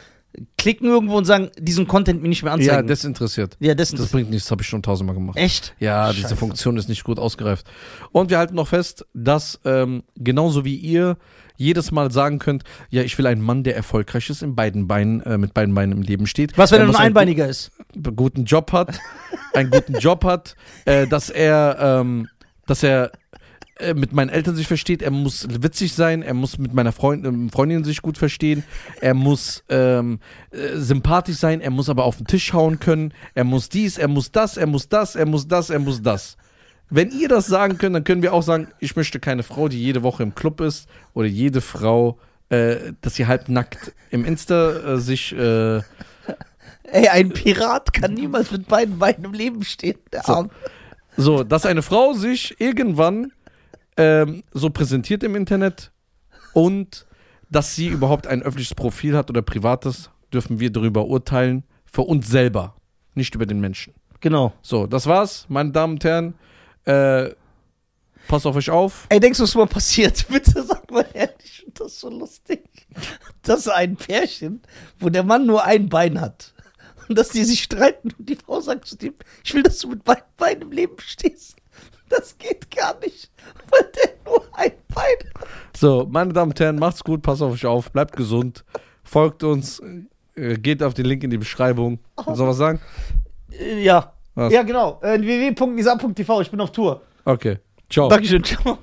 klicken irgendwo und sagen, diesen Content mir nicht mehr
ja,
anzeigen.
das interessiert.
ja das
Das
ist
bringt nichts, habe ich schon tausendmal gemacht.
echt.
Ja, diese
Scheiße.
Funktion ist nicht gut ausgereift. Und wir halten noch fest, dass ähm, genauso wie ihr jedes Mal sagen könnt, ja, ich will einen Mann, der erfolgreich ist, in beiden Beinen, äh, mit beiden Beinen im Leben steht.
Was, wenn er
muss
nur
ein
einbeiniger ist?
einen guten Job hat, einen guten Job hat, äh, dass er, ähm, dass er äh, mit meinen Eltern sich versteht, er muss witzig sein, er muss mit meiner Freund ähm, Freundin sich gut verstehen, er muss ähm, äh, sympathisch sein, er muss aber auf den Tisch hauen können, er muss dies, er muss das, er muss das, er muss das, er muss das. Wenn ihr das sagen könnt, dann können wir auch sagen, ich möchte keine Frau, die jede Woche im Club ist oder jede Frau, äh, dass sie halbnackt im Insta äh, sich äh,
Ey, ein Pirat kann niemals mit beiden Beinen im Leben stehen. Der
So.
Arm.
So, dass eine Frau sich irgendwann ähm, so präsentiert im Internet und dass sie überhaupt ein öffentliches Profil hat oder privates, dürfen wir darüber urteilen. Für uns selber, nicht über den Menschen.
Genau.
So, das war's, meine Damen und Herren. Äh, passt auf euch auf.
Ey, denkst du, was mal passiert? [LAUGHS] Bitte sag mal ehrlich, das ist so lustig. Das ist ein Pärchen, wo der Mann nur ein Bein hat. [LAUGHS] Und dass die sich streiten und die Frau sagt zu dem, ich will, dass du mit beiden Beinen im Leben stehst. Das geht gar nicht, [LAUGHS] weil der nur ein Bein hat.
So, meine Damen und Herren, macht's gut, passt auf euch auf, bleibt gesund, folgt uns, äh, geht auf den Link in die Beschreibung. Soll was sagen?
Äh, Ja.
Was?
Ja, genau. Äh, www.nisa.tv. Ich bin auf Tour.
Okay. Ciao.
Dankeschön. Ciao.